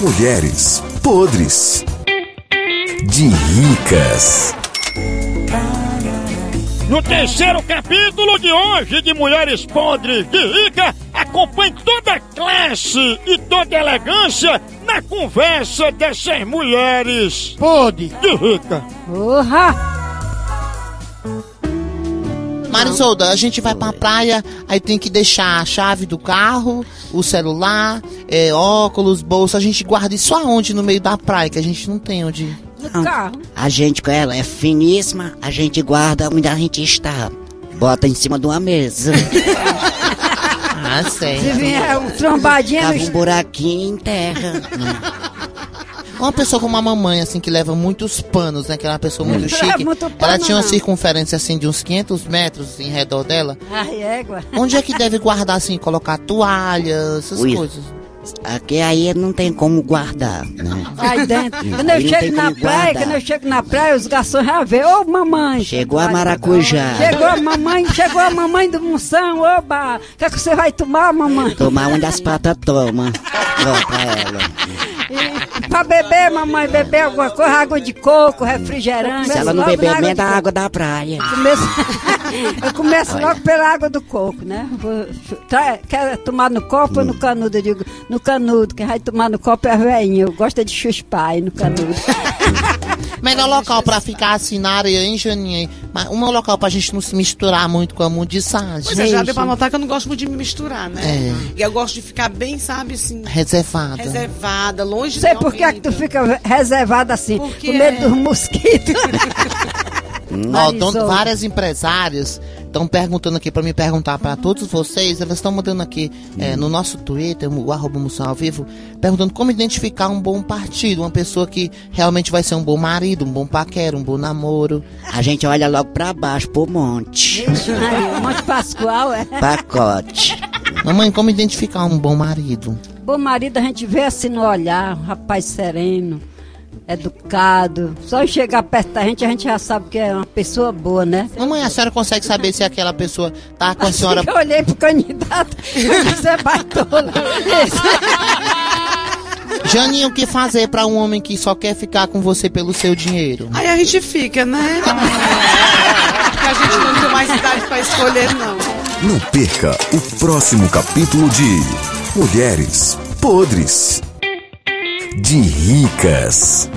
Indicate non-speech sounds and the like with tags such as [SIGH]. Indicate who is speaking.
Speaker 1: Mulheres podres de ricas.
Speaker 2: No terceiro capítulo de hoje de Mulheres Podres de Rica, acompanhe toda a classe e toda a elegância na conversa dessas mulheres podres de rica.
Speaker 3: Porra!
Speaker 4: Marisolda, a gente vai pra praia, aí tem que deixar a chave do carro, o celular, é, óculos, bolsa. A gente guarda isso aonde no meio da praia, que a gente não tem onde.
Speaker 3: No carro.
Speaker 5: A gente, com ela é finíssima, a gente guarda onde a gente está. Bota em cima de
Speaker 3: [LAUGHS]
Speaker 5: uma mesa,
Speaker 4: Ah,
Speaker 3: Se
Speaker 4: sério.
Speaker 3: vier um trombadinha
Speaker 5: cava um
Speaker 3: no
Speaker 5: buraquinho em terra.
Speaker 4: Uma pessoa como a mamãe, assim, que leva muitos panos, né? Que é uma pessoa muito
Speaker 3: Leva
Speaker 4: chique.
Speaker 3: Hum. [LAUGHS] muito
Speaker 4: Ela
Speaker 3: pano,
Speaker 4: tinha uma
Speaker 3: não.
Speaker 4: circunferência, assim, de uns 500 metros assim, em redor dela.
Speaker 3: Ai, égua.
Speaker 4: Onde é que deve guardar, assim, colocar toalha, essas
Speaker 5: Ui.
Speaker 4: coisas?
Speaker 5: Aqui aí não tem como guardar, né?
Speaker 3: Aí dentro. Quando eu
Speaker 5: Aí não tem
Speaker 3: chego na
Speaker 5: como
Speaker 3: praia,
Speaker 5: guardar.
Speaker 3: quando eu chego na praia, os garçons já vê. Ô, mamãe.
Speaker 5: Chegou a
Speaker 3: Aí,
Speaker 5: maracujá.
Speaker 3: Chegou a mamãe, chegou a mamãe do Munção. Oba, o que, é que você vai tomar, mamãe?
Speaker 5: Tomar onde as patas toma. Ó, pra ela.
Speaker 3: E pra beber, mamãe, beber alguma coisa, água de coco, refrigerante.
Speaker 5: Se ela não
Speaker 3: Ah, Logo na
Speaker 5: beber
Speaker 3: água
Speaker 5: nem
Speaker 3: de
Speaker 5: da
Speaker 3: coco.
Speaker 5: água da praia.
Speaker 3: Começo- eu começo logo pela água do coco, né? Vou- tra- Quer tomar no copo ou no canudo? Eu digo, no canudo. Quem vai tomar no copo é a velhinha. Eu gosto é de chuspar aí no canudo.
Speaker 4: Melhor local pra ficar assim na areia, hein, Janinha? Mas um local pra gente não se misturar muito com a mundiçagem.
Speaker 6: Pois é, já deu pra notar que eu não gosto muito de me misturar, né?
Speaker 4: É.
Speaker 6: E eu gosto de ficar bem, sabe, assim,
Speaker 3: é.
Speaker 4: Reservada.
Speaker 6: reservada, longe
Speaker 3: Sei
Speaker 6: de
Speaker 3: por que é que tu fica reservado assim,
Speaker 6: Porque
Speaker 3: com medo
Speaker 6: é-
Speaker 3: dos mosquitos.
Speaker 4: Ó,
Speaker 3: Marisol.
Speaker 4: tão- várias empresárias estão perguntando aqui pra me perguntar pra todos vocês. Elas estão mandando aqui é, no nosso Twitter, o arroba Moção ao vivo, perguntando como identificar um bom partido, uma pessoa que realmente vai ser um bom marido, um bom paquero, um bom namoro.
Speaker 5: A gente olha logo pra baixo, pro monte.
Speaker 3: Aí, Monte Pascoal, é.
Speaker 5: Pacote.
Speaker 4: Mamãe, como identificar um bom marido?
Speaker 3: Bom marido a gente vê assim no olhar, um rapaz sereno, educado. Só em chegar perto da gente, a gente já sabe que é uma pessoa boa, né?
Speaker 4: Mamãe, a senhora consegue saber se aquela pessoa tá com a
Speaker 3: Assim [LAUGHS]
Speaker 4: senhora
Speaker 3: que eu olhei pro candidato, [LAUGHS] você é né? baitola.
Speaker 4: Janinho, o que fazer pra um homem que só quer ficar com você pelo seu dinheiro?
Speaker 6: Aí a gente fica,
Speaker 3: [LAUGHS]
Speaker 6: né? Porque a gente não tem mais idade pra escolher, não.
Speaker 1: Não perca o próximo capítulo de Mulheres podres de ricas.